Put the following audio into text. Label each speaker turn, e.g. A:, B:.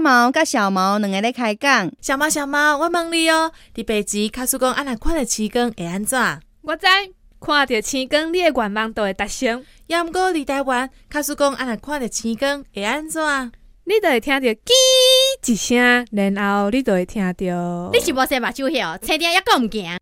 A: 毛甲小毛两个咧开讲，
B: 小猫小猫，我问你哦，伫北极卡叔讲，安若看着七光会安怎？
C: 我知，看到星光，你的愿望就会达成，
B: 抑毋过伫台湾，卡叔讲，安若看着七光会安怎？
C: 你就会听到“叽”一声，然后你就会听到。
D: 你是无洗目睭晓，青天还佫毋行。